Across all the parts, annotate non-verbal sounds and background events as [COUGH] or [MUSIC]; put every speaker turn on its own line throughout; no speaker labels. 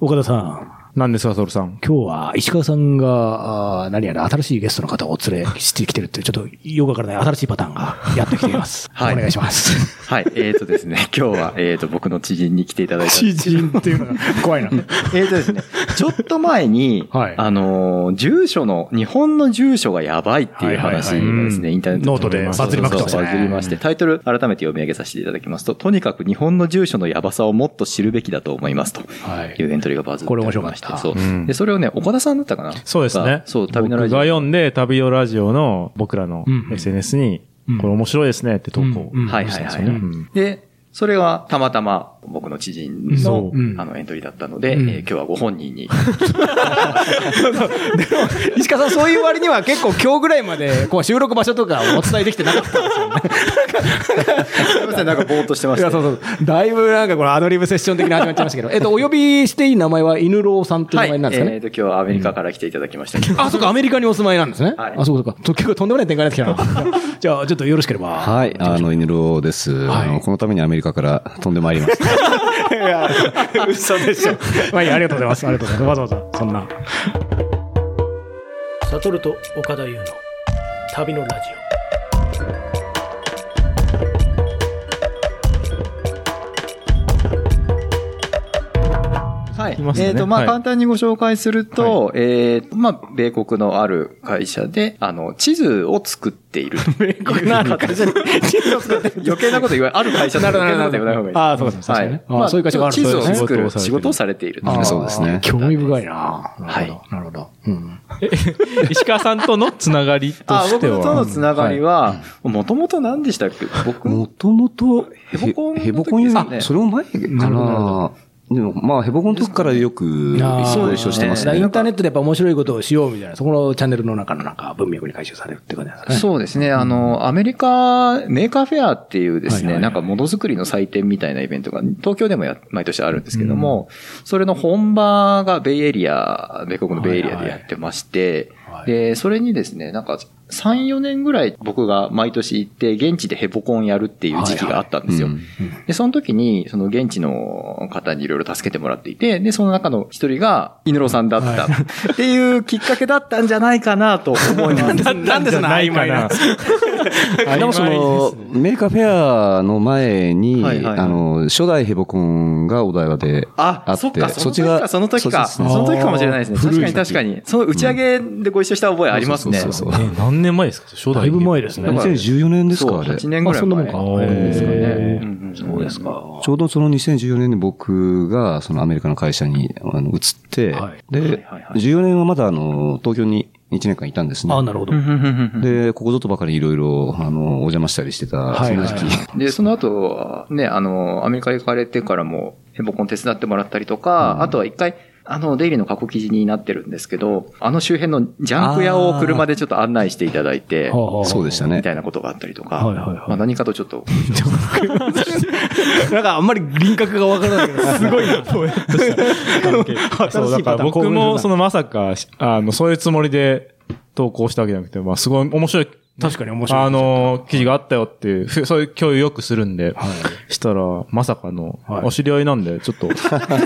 岡田さん、
なんですか、ソルさん。
今日は石川さんが、あー何やら新しいゲストの方をお連れ [LAUGHS] してきてるっていう、ちょっとよくわからない新しいパターン [LAUGHS] がやってきています。
はい
お願いし [LAUGHS] ます。
はい、えーとです [LAUGHS] ね、今日は、えーと、僕の知人に来ていただいた。
知人っていうのが怖いな。
えーとですね、ちょっと前に、
はい
あのー住所の、日本の住所がやばいっていう話がです
はい
ね、
はいはいうん
インターネット
ノートでバズりまくってましたね
そうそうそうバズりまして、タイトル改めて読み上げさせていただきますと、とにかく日本の住所のやばさをもっと知るべきだと思いますと。
はいい。
うエントリーがバズっておりまして
これ面白かった
そう、
うん
で、それをね、岡田さんだったかな
そうですね
が。そう、旅のラジ
僕が
オ。
読んで、旅のラジオの僕らの
うん
SNS に、
うん
これ面白いですねって投稿
うんうん
はいはいは
う
い。
ん
で、それはたまたま僕の知人の
そう
うん
あのエントリーだったので、
うん
えー今日はご本人に。
石川さん、そういう割には結構今日ぐらいまで、こう収録場所とかお伝えできてなかったんですよね。
すいません、なんかぼーっとしてま
い
した
や、。そうそう。だいぶなんかこのアドリブセッション的な始まっちゃいま [LAUGHS] したけど、えっと、お呼びしていい名前は犬郎さんという
は
名
い。
前なんですかね
え。っと、今日はアメリカから来ていただきましたけど。
あ、そうか、アメリカにお住まいなんですね。
はい
あ、そうか、そうか。と結構とんでもない展開になってきた [LAUGHS] な。じゃあ、ちょっとよろしければ。
はい、あの、犬郎です、
はい
あのこのためにアメリカから飛んでまいりました。
いや、嘘でしょ。 [LAUGHS] まあいいや、ありがとうございます。ありがとうございます。わざわざ、そんな。
サトルと岡田優の旅のラジ
はい。
きますね
えっと、ま
は
あ、
い
簡単にご紹介すると、えっと、まあ、米国のある会社で、あの、地図を作っ
[LAUGHS]
ているという。米国のある会 [LAUGHS] 社余計なこと言わない。ある会社なら余計なこと言わない方がいい。
ああ、そうか、そうか。確
は
かに
い
ね。。
ま
あ
あ、
そういう会社があるん
地
です
図を
ね。
作る仕事をされていると。
あー
そうですね
興味深いな。
はい
なるほど。なるほどうん
石川さんとのつながりと
あ、
し
僕
ては。
とのつながりは、もともと何でしたっけ僕
もともと、
ヘボコンの時
ヘボコンより、
ですね
あそれも前か
なるほどなる
な。でも、まあ、ヘボコンの時からよく、
そう
ご
で
一緒してます
だからイ
ね
ン。ターネットでやっぱ面白いことをしようみたいな、そこのチャンネルの中のなんか文脈に回収されるって感じなんですかね。
そうですね。あの、アメリカ、メーカーフェアっていうで
は
すね、
いはいはい
なんかものづくりの祭典みたいなイベントが、東京でもや毎年あるんですけども、それの本場がベイエリア、米国のベイエリアでやってまして、
はい
で、それにですね、なんか3、4年ぐらい僕が毎年行って、現地でヘボコンやるっていう時期があったんですよ。
うん
で、その時に、その現地の方にいろいろ助けてもらっていて、で、その中の一人が、犬郎さんだった、っていうきっかけだったんじゃないかなと思
[LAUGHS]
い [LAUGHS] ます。
なんでそんな曖昧な。
あでもその、メーカーフェアの前に、
はいはい
あの、初代ヘボコンがお台場であ
あ、
って、
そっか、その時か、その時か。そ
そっち
の時
ですね
かもしれないですね。確かに確かに。その打ち上げでご一緒した覚えありますね。
そうそうそう
え何年前ですか初代。
だいぶ前ですね
だから
2014年です
そ
か、
う、
あれ。
8
ち
年ぐらい前。
あー
ですかね
うんうんうん
そうですか。
ょうどその2014年に僕が、そのアメリカの会社にあの移って、
はい
で、
はいはいはい
14年はまだあの、東京に1年間いたんですね。
ああ、なるほど
う。んうんうんうん
で、ここぞとばかりいろいろ、あの、お邪魔したりしてた、
はい
その時
[LAUGHS]
期。
で、その後、ね、あの、アメリカ行かれてからも、ヘボコン手伝ってもらったりとか、あとは一回、あの、デイリーの過去記事になってるんですけど、あの周辺のジャンク屋を車でちょっと案内していただいて、
はあはあ
そうでしたね
みた。いなことがあったりとか、
はい [LAUGHS] はいはい
まあ何かとちょっと、
なんかあんまり輪郭がわからないけど、すごいな。
そう、だから僕もそ
の、
のまさか、あの、そういうつもりで投稿したわけじゃなくて、まあ、すごい面白い。
確かに面白い。
あ、の、記事があったよっていう、ふそういう共有よくするんで、したら、まさかの、
はい
お知り合いなんで、ちょ
[LAUGHS]
っと、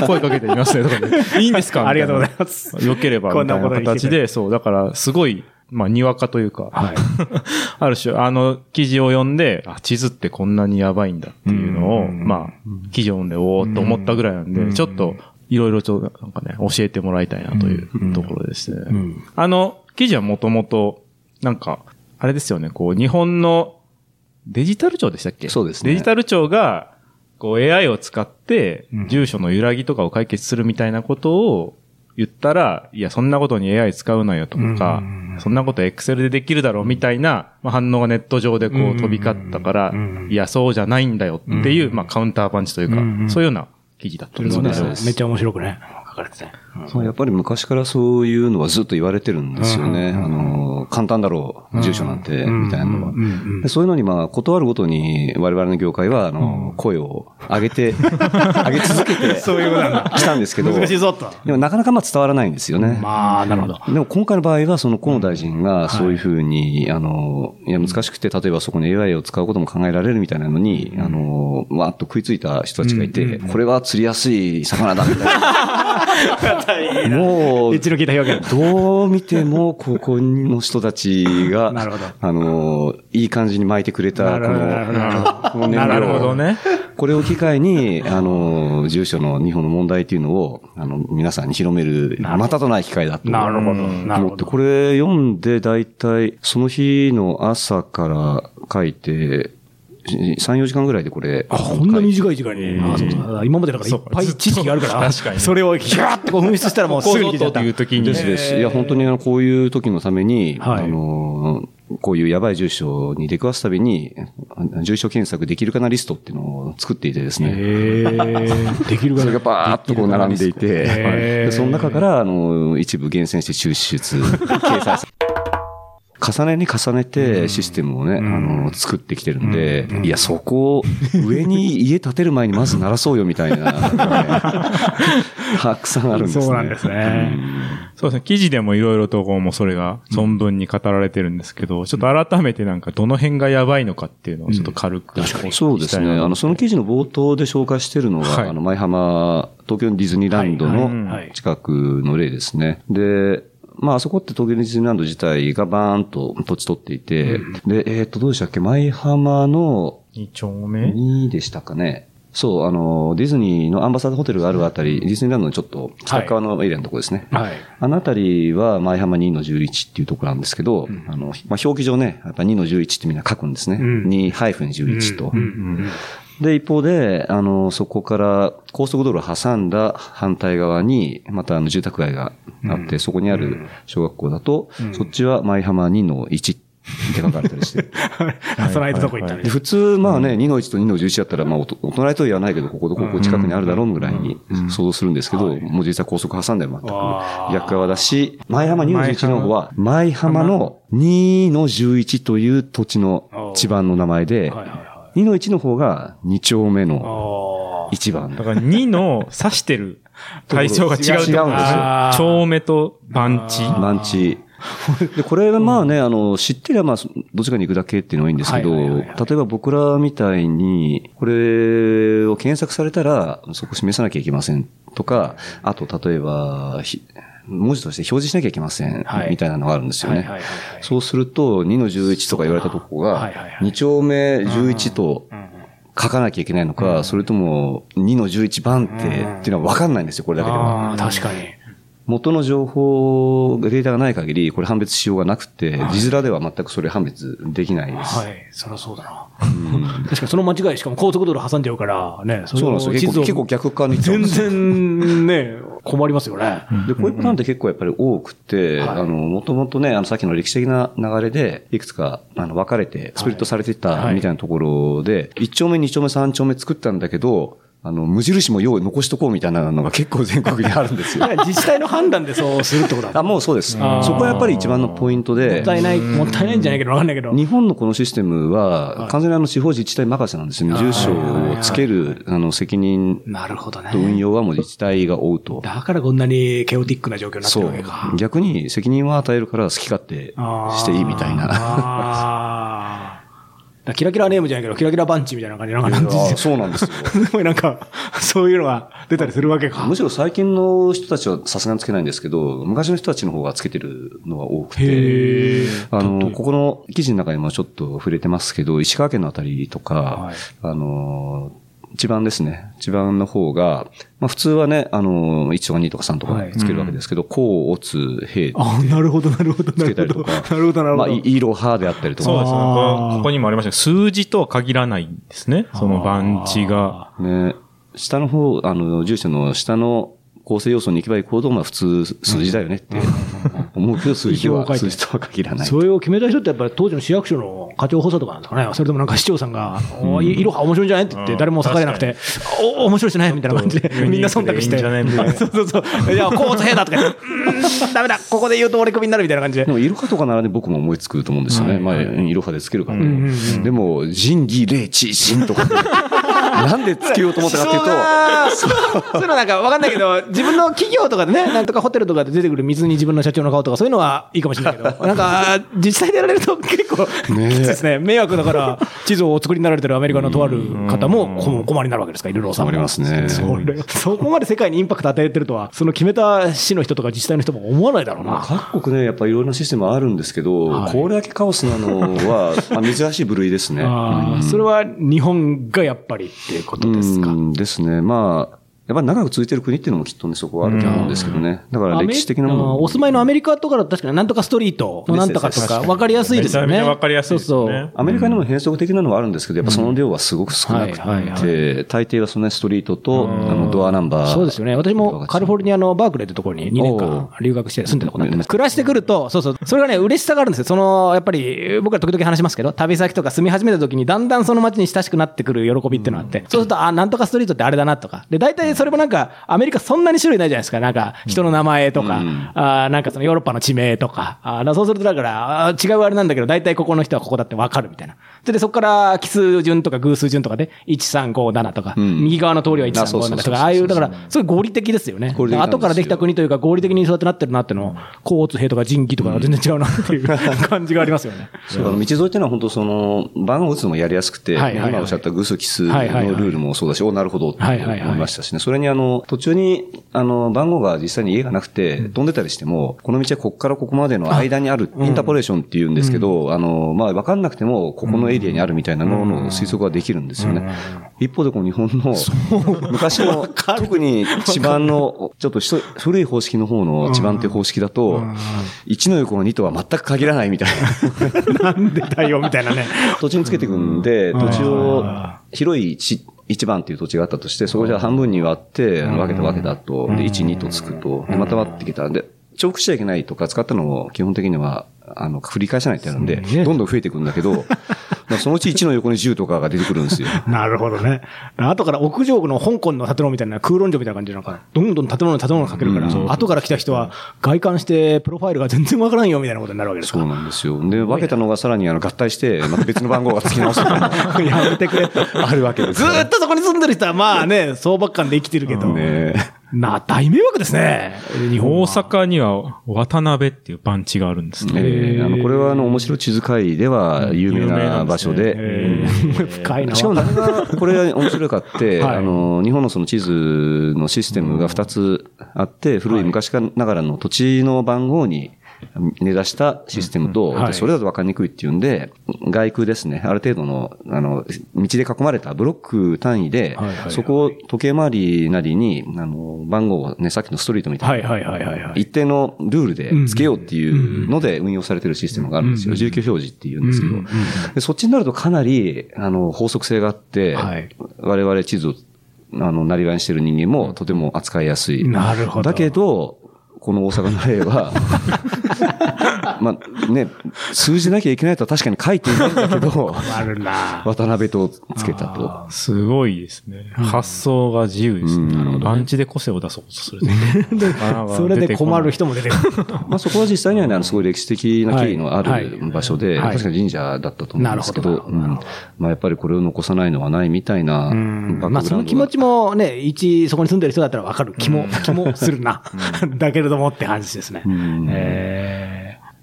声かけてみますね、とかで、いいんですか
ありがとうござい
ま
ます。
[LAUGHS] す。よければ、みたいな
こんなことに来て
形
くれ
で、そう、だから、すごい、まあ、にわかというか、
はい。
[LAUGHS] ある種、あの記事を読んで、あ、地図ってこんなにやばいんだっていうのを、
うん
まあ、記事を読んで、おーっと思ったぐらいなんで、
うん
ちょっと、いろいろちょっと、なんかね、教えてもらいたいなという
うん
ところですね。
うん。
あの、記事はもともと、なんか、あれですよね、こう、日本のデジタル庁でしたっけ
そうですね
デジタル庁が、こう、AI を使って
うん、
住所の揺らぎとかを解決するみたいなことを言ったら、いや、そんなことに AI 使うなよと
う
か
んうんうん、
そんなこと Excel でできるだろうみたいな、まあ、反応がネット上でこ
うんうんう
うん飛び交ったから
うんうん、
いや、そうじゃないんだよっていうう、
ん
まあ、カウンターパンチというか
うんうん、
そういうような記事だったと思います。
めっちゃ面白くね、書かれてて。
まあ、やっぱり昔からそういうのはずっと言われてるんですよね。
うん
あの、簡単だろう、住所なんて、みたいなのは。
うんうん
でそういうのに、まあ、断るごとに、我々の業界は、あの、声を上
[LAUGHS]
げて、上げ続けて、
そういうことなんだ
きたんですけど、
[LAUGHS] 難しい
で
ぞと。
もなかなかまあ伝わらないんですよね。
まあ、なるほど。
でも今回の場合は、その河野大臣がそういうふうに、あの、いや、難しくて、例えばそこに AI を使うことも考えられるみたいなのに、あの、わーっと食いついた人たちがいて、これは釣りやすい魚だ、みたい
[LAUGHS]
な。もう、
一の聞いた表現。
どう見ても、ここの人たち
[LAUGHS]
が、
なるほど
あの、いい感じに巻いてくれた、この、この
な
燃
る
料
ほどね。
ね。
これを機会に、あの、住所の日本の問題っていうのを、あの、皆さんに広める、
なるほど
またとない機会だと。
なるほど。なる
思っ
ほ
て、
ど。
これ読んで大体、その日の朝から書いて、3、4時間ぐらいでこれ。
あ、こんな短い時間に。あそうそう今までなんかいっぱい知識があるから、
そうかずっと確かに
それをギューってこう紛失したらもうすぐに聞いちゃった
ここぞという時に
で。すです。いや、本当にあの、こういう時のために、
はい
あの、こういうやばい住所に出くわすたびに、あ住所検索できるかなリストっていうのを作っていてですね。
へーできる
そ
か
れが
ら。
バーッとこう並んでいて、
へ
はい
ー
でその中から、あの、一部厳選して抽出、掲載さ [LAUGHS] 重ねに重ねてシステムをね、あの、作ってきてるんで、いや、そこを上に家建てる前にまず鳴らそうよみたいな、たくさんあるんですね。
そうなんですね
そうですね。記事でもいろいろとこうもうそれが存分に語られてるんですけど、ちょっと改めてなんかどの辺がやばいのかっていうのをちょっと軽くお聞きしたい
うん。
な。
そうですね。あの、その記事の冒頭で紹介してるのが、
はい
あの、舞浜、東京ディズニーランドの
はいはい
近くの例ですね。で、まあ、あそこって東京ディズニーランド自体がバーンと土地取っていて、で、えっ、と、どうでしたっけ舞浜の
二丁目
2でしたかね。そう、あの、ディズニーのアンバサダーホテルがあるあたり、ディズニーランドのちょっと北側のエリアのところですね。
はい。
あのあたりは、舞浜2の11っていうところなんですけど、あの、まあ、表記上ね、やっぱ2の11ってみんな書くんですね。
うん
2-11と。
うんうん
で、一方で、あの、そこから高速道路を挟んだ反対側に、またあの住宅街があって、そこにある小学校だと、そっちは舞浜2の1って書かれたりして。
うん。その間どこ行ったん
で、普通、まあね、2の1と2の11だったら、まあ、おとお隣とは言わないけど、こことここ近くにあるだろうぐらいに想像するんですけど、もう実際高速挟んで全く
わー
逆側だし、舞浜2の11の方は、舞浜の2の11という土地の地盤の名前で、
はいはいは
2の1の方が2丁目
い。
の
あ
1番
だ。から2の指してる対象が違うってこと
違うんですよ
あー丁目と番地。
ランチ。で、これはまあね、あの、知ってりゃまあ、そどっちかに行くだけっていうのはいいんですけど、
はいはい
例
はいはい
えば僕らみたいに、これを検索されたら、そこ示さなきゃいけませんとか、あと例えば、ひ文字として表示しなきゃいけません、
はい
みたいなのがあるんです
あ。
よ
は
ね。
いはいはいはい。
そうすると、2の11とか言われたとこ
は
が
いはいは、い
2丁目11と書かなきゃいけないのか、それとも2の11番って、っていうのは分かんないんですよ、これだけでは。
ああ、確かに。
元の情報、データがない限り、これ判別しようがなくて、字面では全くそれ判別できないです。
はい。そりゃそうだな。確かにその間違い、しかも高速道路挟んじゃうから、ね、
そうなんですよ。
地図
結構
を
結構逆側に行っちゃうん
全
ですよ
然ね、困りますよね。
で、こういうパターンって結構やっぱり多くて、
はい
あの、もともとね、あの、さっきの歴史的な流れで、いくつか、あの、分かれて、スプリットされてた
い
みたいなところで、1丁目、2丁目、3丁目作ったんだけど、あの、無印も用意残しとこうみたいなのが結構全国にあるんですよ。
だから [LAUGHS] 自治体の判断でそうするってことだ。
あ、もうそうです。そこ
[LAUGHS] あー
はやっぱり一番のポイントで。
もったいない、もったいないんじゃないけど、わかんないけど。
日本のこのシステムは、完全にあの地方自治体任せなんですよね。住所をつける、あの、責任
なるほどね
と。運用はもう自治体が負うと。
だからこんなにケオティックな状況になって
そ
る
う
わけか。。
逆に責任は与えるから好き勝手
あー
していいみたい [LAUGHS] な。
あーだからキラキラネームじゃないけど、キラキラバンチみたいな感じでなんか、
あそうなんですよ。
す [LAUGHS] ごいなんか、そういうのが出たりするわけか
む。しろ最近の人たちはさすがにつけないんですけど、昔の人たちの方がつけてるのは多くて。
へえ。
あの、ここの記事の中にもちょっと触れてますけど、石川県のあたりとか、
い
あの、地盤ですね。地盤の方が、まあ普通はね、あの、1とか2とか3とかつけるわけですけど、こう、おつ、へい、
あ、なるほど、なるほど、
つ
な
けた
る
り
ほ
と
ど。
か
なるほど、なる
ま
ほ
あ、
ど。
いろはであったりと
そう
か。
ですね。ここにもありましたけど数字とは限らないんですね。その番地が。
ね。下の方、あの、住所の下の構成要素に行けば行くほど、まあ普通数字だよねって思うけど、数字では、
表を書いて
数字とは限らない。
それを決めた人ってやっぱり当時の市役所の課長補佐とかなんですかね。それともなんか市長さんが、おいいろは面白いんじゃないって言って、
うん
誰も叩かれなくて、お、面白いですねみたいな感じで
ちょっ、と
みんな忖度して。
ユニークでいいんじゃないみたいな
[LAUGHS] そうそうそう。いや、コーツ兵だとか言って、うーんダメだ、ここで言うと俺クビになるみたいな感じで
で。も、イルカとかならね、僕も思いつくと思うんですよね。まあ、イロハでつけるから
うんうんう
ね
ん。
でも、仁義礼智信とか
[LAUGHS]
ね。なんでつけようと思ったかっていうと、
そうだそういうのなんかわかんないけど、 [LAUGHS] 自分の企業とかでね、なんとかホテルとかで出てくる水に自分の社長の顔とか、そういうのはいいかもしれないけど、
[LAUGHS]
なんか、自治体でやられると [LAUGHS] 結構、きつ
ねえ
いですね。迷惑だから、地図をお作りになられてるアメリカのとある方もこう困りになるわけですから、いろいろさんも
困りますね
それそこまで世界にインパクト与えてるとは、その決めた市の人とか自治体の人も思わないだろうな。
各国ね、やっぱいろんなシステムあるんですけど、
はい
これだけカオスなのは、
[LAUGHS]
まあ、珍しい部類ですね。
あーそれは日本がやっぱりっていうことですか。
うんですね。まあ、やっぱり長く続いてる国っていうのもきっとね、そこはあると思うんですけどね。だから歴史的なも
アメ
の。
お住まいのアメリカとかだと確かになんとかストリートのなんとかと
です
か
ね
分かりやすいですよね。
めちゃめちゃ分かりやすいですよね
そう
アメリカにも変則的なのはあるんですけど、やっぱその量はすごく少なくて、
はいはいは
大抵はそのねストリートと、あの、ドアナン
そ
バ
う。
ー。
そうですよね。私もカリフォルニアのバークレーってところに2年
お
間
う
留学して住んでたことあって、暮らしてくると、そうそう、それがね、嬉しさがあるんですよ。その、やっぱり、僕ら時々話しますけど、旅先とか住み始めた時に、だんだんその街に親しくなってくる喜びっていうのがあって、そうすると、あ、なんとかストリートってあれだなとか。で、大体それもなんか、アメリカそんなに種類ないじゃないですか。なんか、人の名前とか、
うん
あーなんかそのヨーロッパの地名とか、あーだからそうするとだから、あー違うあれなんだけど、大体ここの人はここだってわかるみたいな。で、でそこから奇数順とか偶数順とかで、1357とか、
うん
右側の通りは
あそうそ
1357
うそう
と
そう
か、ああいう、だから、すごい合理的ですよね。
合理的なんで
後
すよ
からできた国というか、合理的にそうやってなってるなっていうのを、交通兵とか人気とかは全然違うなっていう [LAUGHS] 感じがありますよね。
そうあの道沿いっていうのは本当その、番号打つのもやりやすくて、
はいはいはい
今おっしゃった偶数奇数の
はいはいはい
ルールもそうだし、おなるほどって
はいはいはい
思いましたしね。それにあの、途中に、あの、番号が実際に家がなくて飛んでたりしても、この道はここからここまでの間にある、インターポレーションって言うんですけど、あの、まあ、わかんなくても、ここのエリアにあるみたいなものの推測ができるんですよね。一方でこの日本の、昔の、特に地盤の、ちょっとひと古い方式の方の地盤っていう方式だと、1の横の2とは全く限らないみたいな。
なんでだよ、みたいなね。
土地につけていくんで、
ん
土地を
あ、
広い一一番っていう土地があったとして、そこじゃ半分に割って、分けた分けたと、で、1、2とつくと、でまた割ってきた。で、重複しちゃいけないとか使ったのを基本的には、あの、繰り返さないってあるんで、
そうね
どんどん増えていくんだ
[LAUGHS]
けど、まあそのうち1の横に10とかが出てくるんですよ。
なるほどね。後から屋上の香港の建物みたいな、空論城みたいな感じでなんか、どんどん建物に建物をかけるから、後から来た人は、外観して、プロファイルが全然わからんよ、みたいなことになるわけです
そ
か
うなんですよ。で、分けたのがさらにあの合体して、また別の番号が付き直すと
[LAUGHS] [LAUGHS]
か
やめてくれと。
あるわけです
ず
よ。
ーっとそこに住んでる人は、まあね、相場感で生きてるけど、
ね
な、大迷惑ですね。日本は
大阪には渡辺っていう番地があるんですね。
えーあの、これはあの、面白地図会では有名な場所で、
有名なんですね
[LAUGHS] 深いな。
しかも何が、これ面白いかっ
[LAUGHS]
て、
はい
あの、日本のその地図のシステムが2つあって、古い昔からながらの土地の番号に、根ざしたシステムと、
うんはい
でそれだと分かりにくいっていうんで、外空ですね、ある程度の、あの、道で囲まれたブロック単位で、
はいはいはい
そこを時計回りなりに、あの、番号をね、さっきのストリートみたいな、
はいはいはいはいはい。
一定のルールでつけようっていうので運用されてるシステムがあるんですよ。
うんうん
住居表示って言うんですけど。でそっちになるとかなり、あの、法則性があって、
はい
我々地図を、あの、なりわいにしてる人間もとても扱いやすい。
なるほど。
だけど、この大阪の例
[LAUGHS]
は、 [LAUGHS] まあね、数字なきゃいけないとは確かに書いていないんだ
[LAUGHS]
けど、
あるな。
渡辺とつけたと。
すごいですね。発想が自由ですね。番地で個性を出そうとすると。なかなか
それ
出
で
てこ
困
ない
る人も出てくる。
まあそこは実際にはね、あの、すごい歴史的な経緯のあ
はい
る
はい
場所で、
はい
確かに神社だったと思うんですけ
な
ど、
るほ
う
どなる
ん
ほど
まあやっぱりこれを残さないのはないみたいな、バックグラウンドが
まあその気持ちもね、一、そこに住んでる人だったらわかる気も、気もするな。だけれどもって感じですね
う。ん
え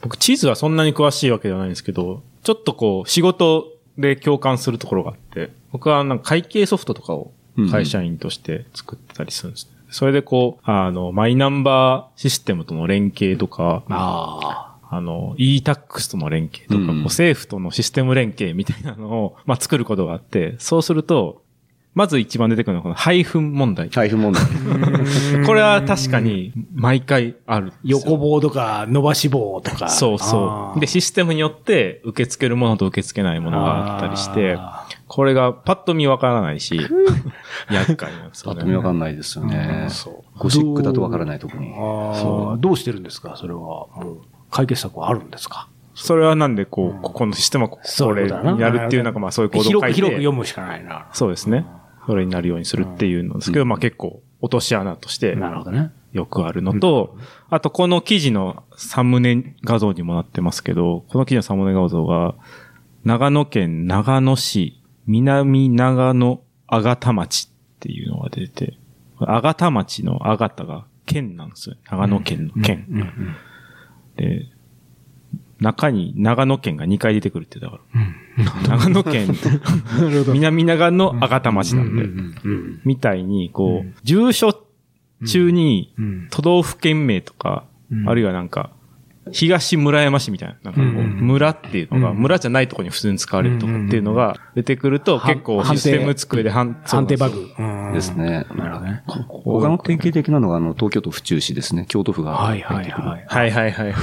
僕、地図はそんなに詳しいわけではないんですけど、ちょっとこう、仕事で共感するところがあって、僕はなんか会計ソフトとかを会社員として作ってたりするんですね。それでこう、あの、マイナンバーシステムとの連携とか、
ー、あ
あの、e-tax との連携とか、
うん
こう政府とのシステム連携みたいなのを、まあ、作ることがあって、そうすると、まず一番出てくるのはこの配分問題。
配布問題。
これは確かに毎回あるんですよ。
横棒とか伸ばし棒とか。
そう
あ
そう。
ー
で、、システムによって受け付けるものと受け付けないものがあったりして
あ、
これがパッと見わからないし、厄介なんです
パ
よ
ッと見わか
ね。
んないですよね。
そう
ゴシックだとわからない、特
あ
に。
ーどうしてるんですかそれは。もう解決策はあるんですか
それはなんで、こう、ここのシステムはこ
そ
こ
うい
れ
うことだな
にやるっていう、なんかまあそういう行動を書
広く
いて
広く読むしかないな。
そうですね。それになるようにするっていうのですけど、まあ結構落とし穴として
なるほどね。
よくあるのと、あとこの記事のサムネ画像にもなってますけど、この記事のサムネ画像が、長野県長野市南長野あがた町っていうのが出てて、あがた町のあがたが県なんですよ。長野県の県。
うんうん
で、中に長野県が2回出てくるってだから。長
[LAUGHS]
野県、南長野あがた町なんで。
うん
みたいに、こう、住所中に
うん
都道府県名とか、
うん
あるいはなんか、東村山市みたいな、なんかこう、
うん
村っていうのが、
うん
村じゃないところに普通に使われるとかっていうのが出てくると、
は
結構
判定
システム机で判
判定バ。
そうなん
グ。うん
です。ね。
なるほどね。
他の典型的なのが、あの、東京都府中市ですね。京都府が。
はいはいはい。
ですよはいはいはいはい。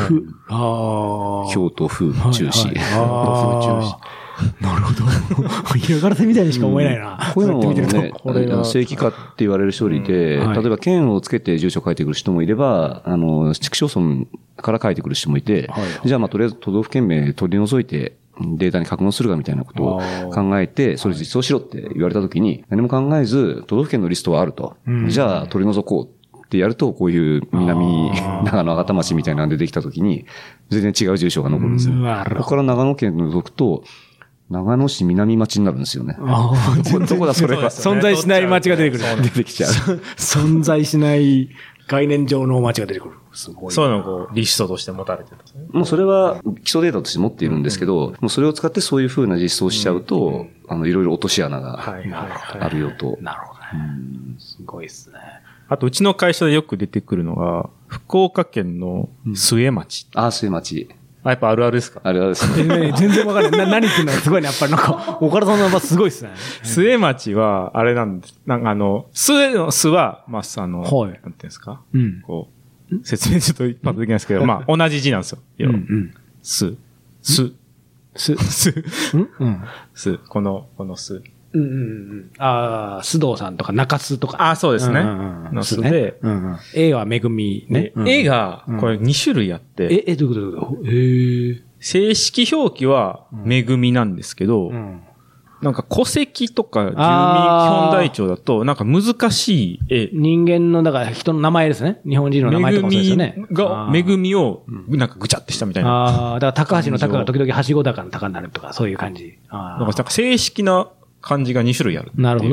ああ。
[LAUGHS] 京都府中市。
はいはいあーなるほど。 [LAUGHS] 嫌がらせみたいにしか思えないな。
こういうのも
そうやって見て
ね
ると、
あの正規化って言われる処理で、
うんはい
例えば県をつけて住所を書いてくる人もいれば、あの、市区町村から書いてくる人もいて、
はいはい
じゃあまあとりあえず都道府県名取り除いて、データに格納するかみたいなことを考えて、それ実装しろって言われたときに、何も考えず、都道府県のリストはあると。
ん
じゃあ取り除こうってやると、こういう南
あー
長野赤町みたいなんでできたときに、全然違う住所が残るんですよ。
なる
ここ
ほ
から長野県を除くと、長野市南町になるんですよね。
ど。あー
どこどこだそれが。
存在しない街が出てくる。
出てきちゃう。
存在しない概念上の街が出てくる。すごい。
そういうのをこう、リストとして持たれてるんですね。
もうそれは基礎データとして持っているんですけど、もうそれを使ってそういう風な実装をしちゃうと、あの、いろいろ落とし穴が
はいはいはい。
あるよと。
なるほどね。すごいですね。
あと、うちの会社でよく出てくるのが、福岡県の末町。
ああ、そういう町。
あ、やっぱあるあるですか
あれはですね。
全然わかんない。な何言ってんのかすごいね。やっぱりなんか、岡田さんの場すごいですね。
末町は、あれなんです。なんかあの、末の巣は、まあ、あの、
はい
なんていうんですか
うん。
こう、説明ちょっと一発できないで
[LAUGHS]
すけど、まあ、同じ字なんですよ。
う
要
ん
は
うん。
す、す、
す、
す、 [LAUGHS]
うんうん。
す、この、このす。
うんうんうん。ああ、須藤さんとか中須とか。
あ、そうですね。
うんうんうん
のす
そう
で
ね、うんうん A は恵みね
ね。、絵が、これ2種類あって、
え、え、どういうことどういうこと
正式表記は、恵みなんですけど、
へえ。うん。
なんか戸籍とか住民基
あー
本台帳だと、なんか難しい絵。
人間の、だから人の名前ですね。日本人の名前
恵
とかもそうですよね
み。が、恵みを、なんかぐちゃってしたみたいな。
ああー、だから高橋の高が時々はしご高の高になるとか、そういう感じ。あ
なんか
あ。
なんか正式な漢字が2種類あるっていう。
なるほ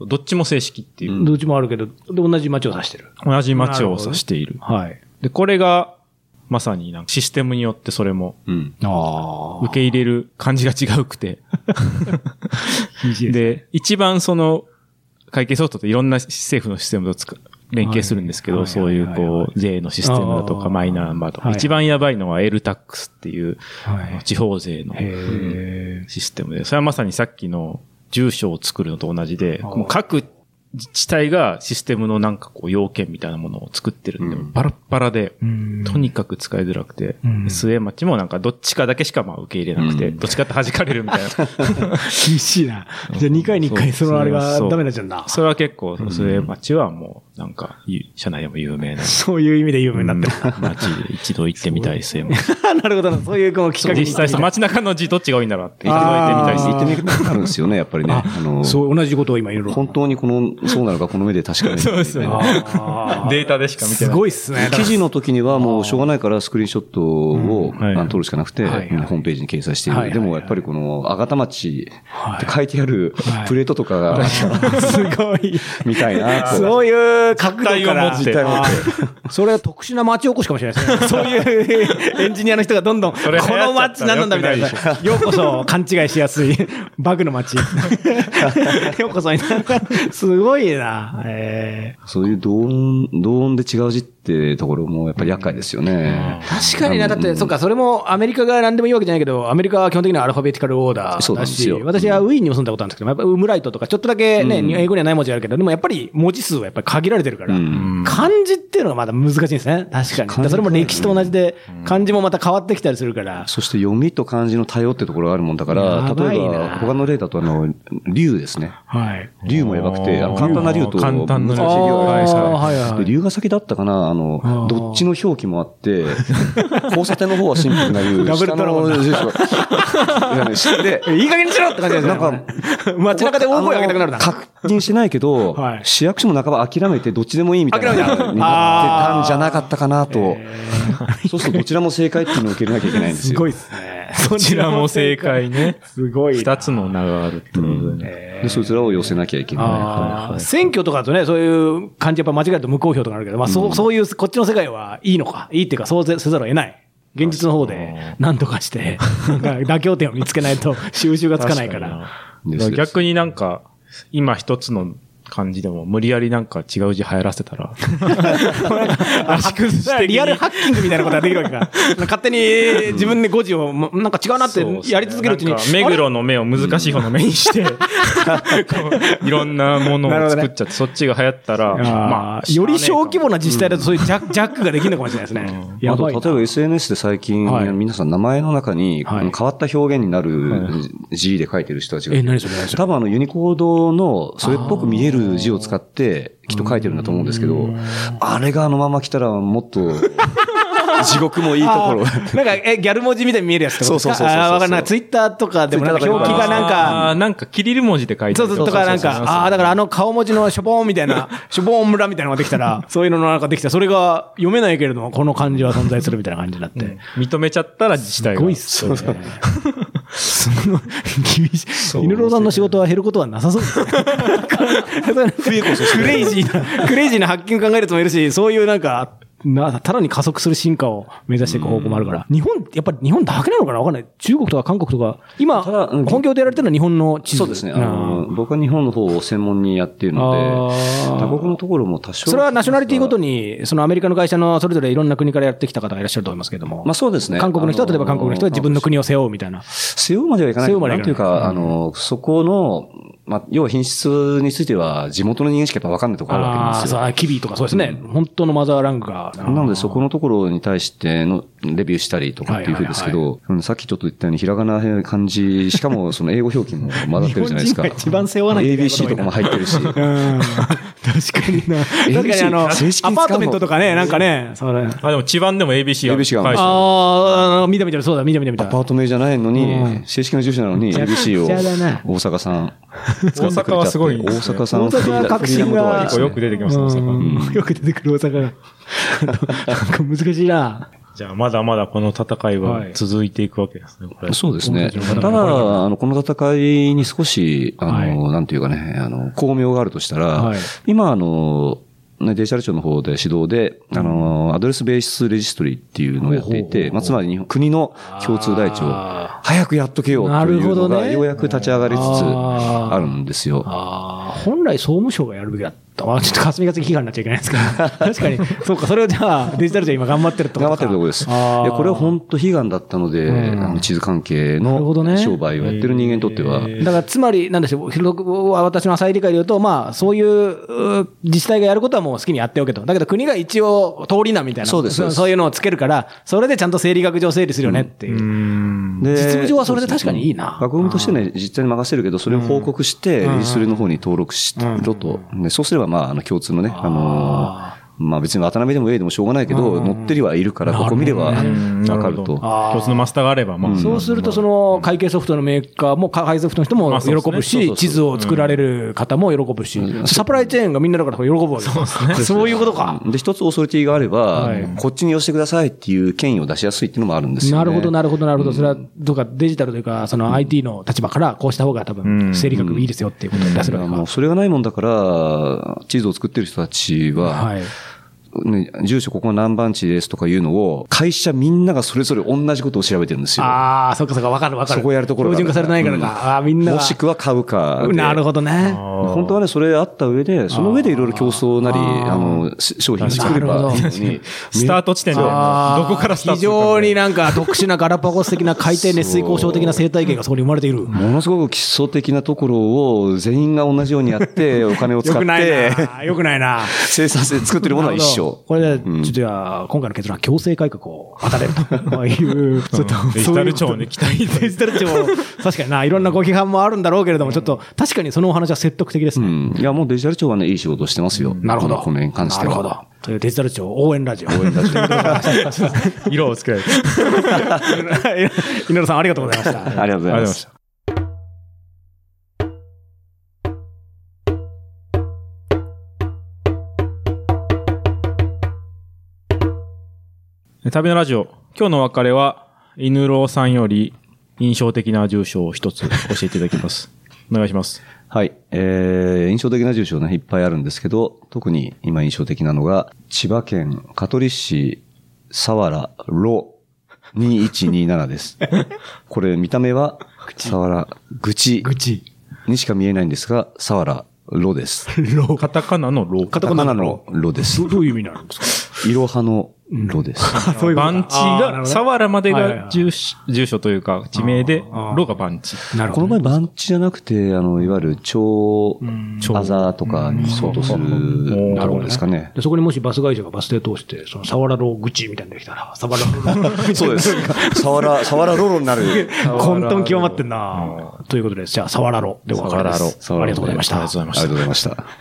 ど。どっちも正式っていう。
どっちもあるけど、で同じ街を指してる。
同じ町を指している。
はい。
で、これが、まさになんかシステムによってそれも
うん。
あ
受け入れる感じが違うくて。で、一番その、会計ソフトっていろんな政府のシステムとつか連携するんですけ
は
ど、
い
そういう
はいはい
こう、税のシステムだと
あー
か、マイナンバーとか、
はい
一番やばいのはエルタックスっていう、
はい
地方税の
へえ。
システムで、それはまさにさっきの住所を作るのと同じで、もう各自治体がシステムのなんかこう要件みたいなものを作ってるんで、
うん
バラッバラで、
うん
とにかく使いづらくて、
うん
末町もなんかどっちかだけしかまあ受け入れなくて、
うん
どっちかって弾かれるみたいな。
厳しいな。じゃあ2回に1回そのあれが
そう
ダメになっちゃうんだ。
それは結構、末町はもうなんか、ゆ社内でも有名な。
そういう意味で有名になってる。
町で一度行ってみたい末町。
[LAUGHS] なるほどな。そういうこうきっかけに
実際その街中の字どっちが多いんだろうって。
あー
行ってみたいし、行ってみたくなるんですよね、やっぱりね。あの、
そう、同じことを今いろいろ。
本当にこの、そうなのかこの目で確かめる。
そうですね
ね。
あー
データでし
[LAUGHS]
か見て
す
ない。
ごいっすね。
記事の時にはもうしょうがないからスクリーンショットを、
んはい
あの撮るしかなくて、
はいはい
ホームページに掲載してい
はいは
る。
い
で
はい
もやっぱりこの、あがた町って書いてある
はい
プレートと
[LAUGHS]
か
[LAUGHS]
が、
すご [LAUGHS] い。
みたいなと。
そういう角度から。
実
態を持って
あーそれは特殊な町おこしかもしれないですね。 [LAUGHS] そういうエンジニアの人がどんどん、こ
れ流行っちゃったら
の町何なんだみたいな。
良
よ
く
うこ [LAUGHS] そ勘違いしやすいバグの [LAUGHS] 町。ようこそ [LAUGHS] みたいなすごいな。え
そういう同音、同音で違う字ってところもやっぱり厄介ですよね。
ー確かにな、だって、そっか、それもアメリカが何でもいいわけじゃないけど、アメリカは基本的にはアルファベティカルオーダ
そ
ー
うなん
だ
です
し、
よ
私はウィーンにも住んだことあるんですけど、やっぱウムライトとか、ちょっとだけね、英語にはない文字あるけど、でもやっぱり文字数はやっぱり限られてるから、
うん
漢字っていうのがまだ難しいんですね。確かに。だからそれも歴史と同じで、漢字もまた変わってきたりするから。
そして読みと漢字の多様ってところがあるもんだか
や
ら、
ば
例
いな
えば、他の例だと、あの、竜ですね。
はい。
竜もやばくて、あの
あー
簡単な竜と、
簡単な竜
難しい
ああ、
竜があるんですよ
はいは
で
い。
竜が先だったかなあの
あー、
どっちの表記も
[LAUGHS]
あって、交差点の方はシンプルな竜。
ダブルドラゴンだ
下の住所いや
[LAUGHS]
ね下で、
いい加減にしろって感じです
な
ね
んか、
街中で大声上げたくなるな
あ。の確認してないけど、
はい
市役所も半ば諦めてどっちでもいいみたいな。
諦めた
になってたんじゃなかったかなと。そうするとどちらも正解っていうのを受けなきゃいけないんです
す
よ。
ごいですね。
こちらも正解ね。
すごいな。
二つの名があるってことでね。
で、そいつらを寄せなきゃいけない。
あ
は
ー
い
選挙とかだとね、そういう感じ、やっぱ間違えると無効票とかあるけど、まあ、そうそういう、こっちの世界はいいのか、いいっていうか、そうせざるを得ない。現実の方で、なんとか
[LAUGHS]
して、なんか妥協点を見つけないと、収集がつかないから。
確にな。だから逆になんか、今一つの漢字でも無理やりなんか違う字流行らせたら、
圧縮
[LAUGHS]
してリアルハッキングみたいなことができるわけか。勝手に自分で誤字を、まなんか違うなって
そうですね
やり続けるうちに。
なんか目黒の目を難しい方の目にして、 [LAUGHS] こういろんなものを作っちゃって、そっちが流行ったら、
あれ
まあ、
より小規模
な。
な自治体だとそういうジャックジャックができるのかもしれないですね。や
あと、
ばいな。
例えば SNS で最近、
はい
皆さん名前の中に、
はい
あの変わった表現になる字で書いてる人たちがい
え、
て
何それ何それ
多分あのユニコードのそれっぽく見える字を使ってきっと書いてるんだと思うんですけど、あれがあのまま来たらも
[LAUGHS]
っと地獄もいいとこ
なん
ろ。
か、え、ギャル文字みたいに見えるやつってことですか
そうそうそうそう
あ
そう
ーわかんない。ツイッターとかでもなんか表記がなん
あ
か、
ー、なんかキリル文字で書いて
そ
る
うそう、とかなんか、ああー、だからあの顔文字のしょぼーんみたいな、しょぼーん村みたいなのができたら、そういうののなんかできたら、それが読めないけれども、この漢字は存在するみたいな感じになって。
認めちゃったら自治体が。
すごいっすね。そ [LAUGHS] の、厳しい。犬郎さんの仕事は減ることはなさそうですね。冬こそ。クレイジーな、クレイジーな発見を考える人もいるし、そういうなんか、な、さらに加速する進化を目指していく方向もあるから。日本、やっぱり日本だけなのかなわかんない。中国とか韓国とか、今、
ただうん
本業でやられてるのは日本の地図
そうですね。あ
うん
の僕は日本の方を専門にやっているので、
あー
他国のところも多少。
それはナショナリティごとに、そのアメリカの会社のそれぞれいろんな国からやってきた方がいらっしゃると思いますけれども。
まあそうですね。
韓国の人は、例えば韓国の人は自分の
国。
国を背負うみたいな。
背負うまではいかない
背
け
負うま
ど。
では
ないん
か
て
ない
いうか、あの、そこの、まあ、要は品質については地元の人間しかやっぱ分かんないところあるわけなん
あ
で
あ
すよ。
そうキビとかそうですね。本当のマザーランクが。
な
[LAUGHS]
ので、そこのところに対してのレビューしたりとかっていうふうです
は
け
い
ど、うんさっきちょっと言ったように、ひらがなへ
[LAUGHS]
漢字、しかもその英語表記も混ざってるじゃないですか。
日本人が一番背負わないといけないことが
ABC とかも入ってるし。
うん。確かにな。確かにあの、アパ
ABC 正式に使
ー
うの
トメントとかね、なんかね、そうだね。
あ、でも、地盤でも ABC が。
ABC が
はい
あああの、見た見た、そうだ、見た見た見
ア
た。
パート名じゃないの
うん
に、正式な住所なのに、ABC を
邪魔だな
大阪さん。大
大阪はすごい
大阪さん
大阪は革新が
結構よく出てきますね、大阪。
うんよく出てくる大阪が。なんか難しいな。
じゃあ、まだまだこの戦いは続いていくわけですね、これ。
そうですね。ただ、あの、この戦いに少し、あの、なんていうかね、あの、巧妙があるとしたら、
はい
今、あの、ね、デジタル庁の方で指導で、あの、アドレスベースレジストリーっていうのをやっていて、まあ、つまり日本国の共通台帳、
あ
早くやっとけよ
な
とい
るほ
う
ど
の
ね
が、ようやく立ち上がりつつ
あー
あるんですよ。
ああ、本来総務省がやるべきだった。あちょっと霞が関批判になっちゃいけないですけど。確かに。そうか、それをじゃあ、デジタルじゃ今頑張ってるってこと
頑張
か
ってるところです。い
あー
や、これは本当悲願だったので、
うん
あの地図関係
なるほどね
の商売をやってる人間にとっては、
だからつまり、なんでしょう、広く私の浅い理解で言うと、まあ、そういうう自治体がやることはもう好きにやっておけと、だけど国が一応、通りなみたいな、
そうですそうです
そういうのをつけるから、それでちゃんと生理学上整理するよねっていう、
で
実務上はそれで確かにいいな
うん枠組みとしてね、実態に任せるけど、それを報告して、レジストリの方に登録しろと。ねそうすれば、まあ、あの、共通のね、あのー、まあ別に渡辺でも A でもしょうがないけど、乗ってりはいるから、ここ見ればわかると。
一つのマスターがあれば、まあ。
そうすると、その会計ソフトのメーカーも、か海賊ソフトの人も
あそうです
喜
ね
ぶ
そ
し、
うそうそう
地図を作られる方も喜ぶし、サプライチェーンがみんなだから喜ぶわけですね、そういうことか。
で、一つオーソリティがあれば
はい、
こっちに寄せてくださいっていう権威を出しやすいっていうのもあるんですよね。
なるほど、なるほど、なるほど。それは、どうかデジタルというか、その IT の立場から、こうした方が多分、生理学いいですよっていうことを出せるわけ
だから
か
もうそれがないもんだから、地図を作ってる人たちは、
はい。
ね、住所ここが何番地ですとかいうのを、会社みんながそれぞれ同じことを調べてるんですよ。
ああ、そっかそっか、わかるわかる。
そこやるところが
標準化されてないからか。ああ、みんなが。
もしくは株価で。
なるほどね。
あー
本当はね、それあった上で、その上でいろいろ競争なり、あの、し商品作ればいいのに、
スタート地点で、どこからスタート
非
するか
常になんか特殊なガラパゴス的な海底熱水交渉的な生態系がそこに生まれている。
ものすごく基礎的なところを全員が同じように
[LAUGHS]
やって、お金を
よ
使っ
くない
て、
な。 [LAUGHS] よくないな。
生産性作ってるものは一緒。
これで、ちょっとじゃあ、今回の結論は強制改革を当たれる [LAUGHS] という、ちょっと、
デジタル庁に期待
デジタル庁、確かにな、いろんなご批判もあるんだろうけれども、ちょっと、確かにそのお話は説得的です
う
ね。
ん。いや、もうデジタル庁はね、いい仕事してますよ。
なるほど。
この辺に関しては。
なるほど。というデジタル庁応援ラジオ。応援ラジオ。 [LAUGHS]
色をつけられて。あり
稲田さん、ありがとうございました。
ありがとうご
がとうござい
ざいま
ますし。た。旅のラジオ、今日のお別れは、犬郎さんより印象的な住所を一つ教えていただきます。お願い
[LAUGHS]
します。
はい。えー、印象的な住所ね、いっぱいあるんですけど、特に今印象的なのが、千葉県香取市佐原路2127です。 [LAUGHS] これ見た目は、佐原口
愚痴。
にしか見えないんですが、佐原路です。
カタカナのロー。
カタカナの路です。
どういう意味になるんですか
いろはの路です。
[LAUGHS] そういうことか
番地
あーなるほど
が、
ね
サワラまで
はいはいは
が
い
住所住所というか、地名で、ロが番地。
なる
この場合、番地じゃなくて、あの、いわゆる町、
町
あざとかに相当する
ん
ところですかね。
で、そこにもしバス会社がバス停通して、その、サワラロ愚痴みたいにできたら、サワラロ
そうです。佐原、佐原路路になる。
[LAUGHS] 混沌極まってんなということです。じゃあ、サワラロでお別れです。
サワ
あり
ラロ
がとうございました
ありがとうございまし
あ
た
りがとうございました。